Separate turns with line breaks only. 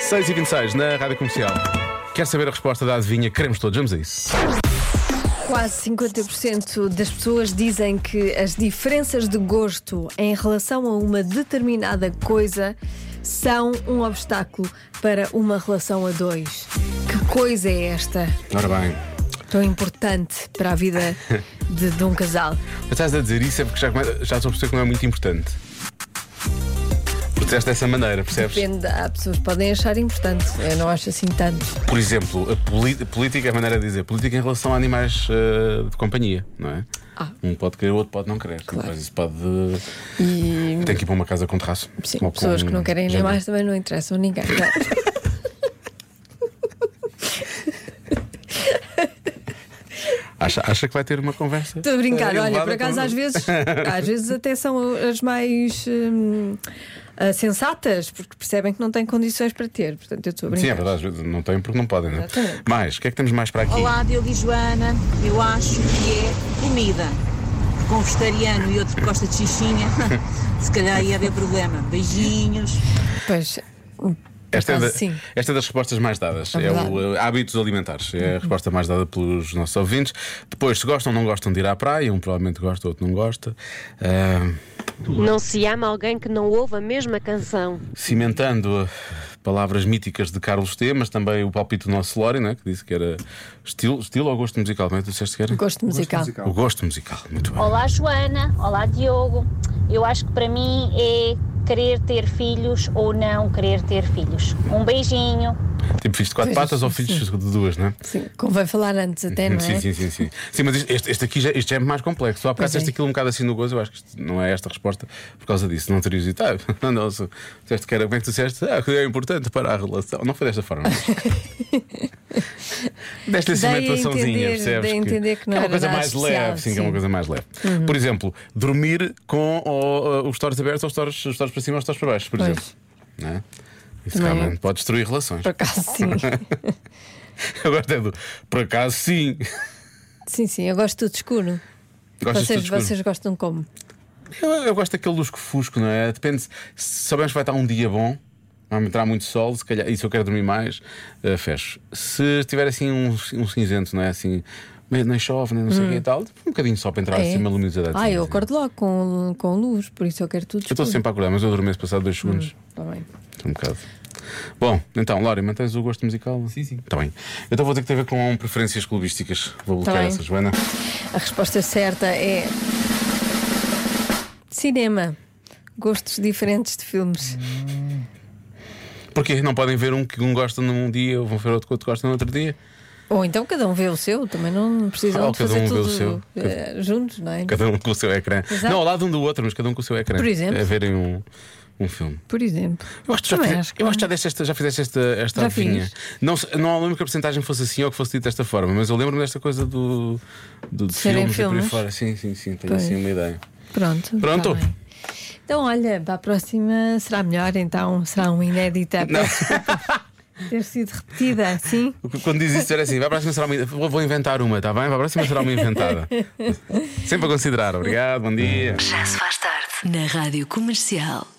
6 e 26 na Rádio Comercial. Quer saber a resposta da adivinha? Queremos todos, vamos a isso.
Quase 50% das pessoas dizem que as diferenças de gosto em relação a uma determinada coisa são um obstáculo para uma relação a dois. Que coisa é esta
Ora bem.
tão importante para a vida de, de um casal?
Mas Estás a dizer isso é porque já, come- já estou a perceber que não é muito importante. Porque disseste dessa maneira, percebes?
Depende, há pessoas que podem achar importante, eu não acho assim tanto.
Por exemplo, a poli- a política, a maneira de dizer, política em relação a animais eh, de companhia, não é?
Ah.
Um pode querer, o outro pode não querer.
Claro.
Mas isso pode.
E
Tem que ir para uma casa com terraço.
sim,
Ou com
pessoas que não querem
janela.
animais também não interessam a ninguém. não é?
Acha, acha que vai ter uma conversa?
Estou a brincar,
eh,
olha,
elevada
por acaso
com-
às vezes, às vezes até são as mais hum, ah, sensatas, porque percebem que não têm condições para ter. Portanto, eu estou a
Sim, é
brincar.
verdade, às vezes não têm porque não podem, não é?
Exatamente.
Mais, o que é que temos mais para aqui?
Olá, Diogo e Joana. Eu acho que é comida. Com um vegetariano e outro que gosta de xixinha, se calhar ia haver problema. Beijinhos.
Pois, hum, por
Esta é,
acaso,
da-
sim.
esta é das respostas mais dadas.
É
É,
verdade. Uhum.
o eh, hábitos alimentares. É a resposta mais dada pelos nossos ouvintes. Depois, se gostam ou não gostam de ir à praia, um provavelmente gosta, outro não gosta. Ah,
Não se ama alguém que não ouve a mesma canção.
cimentando eh, palavras míticas de Carlos T, mas também o palpite do nosso Lori, né, que disse que era estilo, estilo ou gosto musical? Como é que tu disseste que era?
Gosto musical.
O gosto musical, muito bem.
Olá Joana, olá Diogo. Eu acho que para mim é querer ter filhos ou não querer ter filhos. Um beijinho.
Tipo filhos de quatro
Pois,
patas ou filhos de duas, não é?
Oh. Sim, convém falar antes até, não é?
Sim, sim, sim, sim. Sim, mas isto- este, este aqui já, isto já é mais complexo. Só há bocado
Pois é.
disseste aquilo um bocado assim no gozo, eu acho que isto não é esta a resposta por causa disso. Não terias dito, ah, não, não, se- disseste que era, como é que tu disseste? Ah, que é importante para a relação. Não foi desta forma. Deste assim uma
Dei a
atuaçãozinha,
entender-
percebes?
dei a entender que não
é uma
era
coisa
nada
mais
especial,
leve, sim, que é uma
sim. Uhum.
coisa mais leve. Por exemplo, dormir com ou, uh, os stories abertos ou os stories, os stories para cima ou os stories para baixo, por
Pois.
exemplo. Não é? Isso
Também é.
realmente pode destruir relações.
Por acaso, sim.
Eu gosto é do, por acaso, sim.
sim, sim, eu gosto de tudo escuro.
Gostas
vocês,
de tudo escuro?
vocês gostam como?
Eu, eu gosto daquele lusco-fusco, não é? Depende, se soubermos que vai estar um dia bom, vai entrar muito sol, se calhar, e se eu quero dormir mais, eh, fecho. Se tiver assim um, um cinzento, não é? Assim, meio nem chove, nem não sei o que e tal, um bocadinho só para entrar assim uma luminosidade.
Ah, Hum. eu
assim.
acordo logo com, com luz, por isso eu quero tudo
Eu
escuro.
estou sempre a acordar, mas eu dormi esse passado dois segundos.
Tá bem.
Um bocado. Bom, então, Laura, mantens o gosto musical? Sim, sim. Está bem. Então vou ter que ter a ver com preferências clubísticas. Vou
Tá
bloquear
bem.
essa, Joana.
A resposta certa é. Cinema. Gostos diferentes de filmes.
Porque não podem ver um que um gosta num dia, ou vão ver outro que outro gosta no outro dia.
Ou então cada um vê o seu, também não precisam
Ah,
de
cada
fazer
um vê o
tudo
seu.
eh, juntos, não é?
Cada um com o seu ecrã.
Exato.
Não, ao lado um do outro, mas cada um com o seu ecrã.
Por exemplo.
A verem um, um filme.
Por exemplo.
Eu acho que já,
Também
fize-
acho que
eu
não.
acho que já, deste esta, já fizeste esta, esta
Já
adivinha.
fiz.
Não, se- não lembro que a porcentagem fosse assim ou que fosse dito desta forma, mas eu lembro-me desta coisa do, do, de
Serem
filmes, e por aí
filmes.
fora. Sim, sim, sim, tenho
Pois.
assim uma ideia.
Pronto.
Pronto.
tá bem. então, olha, para a próxima será melhor, então será um inédita. Peço desculpa Ter sido repetida, sim?
O que- Quando diz isso, era assim: vai à próxima será uma. Vou vou inventar uma, está bem? Vai à próxima será uma inventada. Sempre a considerar. Obrigado, bom dia.
Já se faz tarde na Rádio Comercial.